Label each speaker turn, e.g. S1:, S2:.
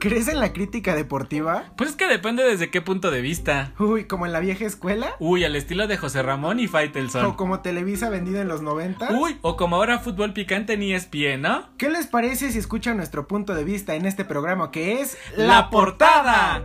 S1: ¿Crees en la crítica deportiva?
S2: Pues es que depende desde qué punto de vista.
S1: Uy, como en la vieja escuela.
S2: Uy, al estilo de José Ramón y Faitelson.
S1: O como Televisa vendida en los 90.
S2: Uy, o como ahora fútbol picante en E ESPN, ¿no?
S1: ¿Qué les parece si escuchan nuestro punto de vista en este programa que es
S2: ¡La portada!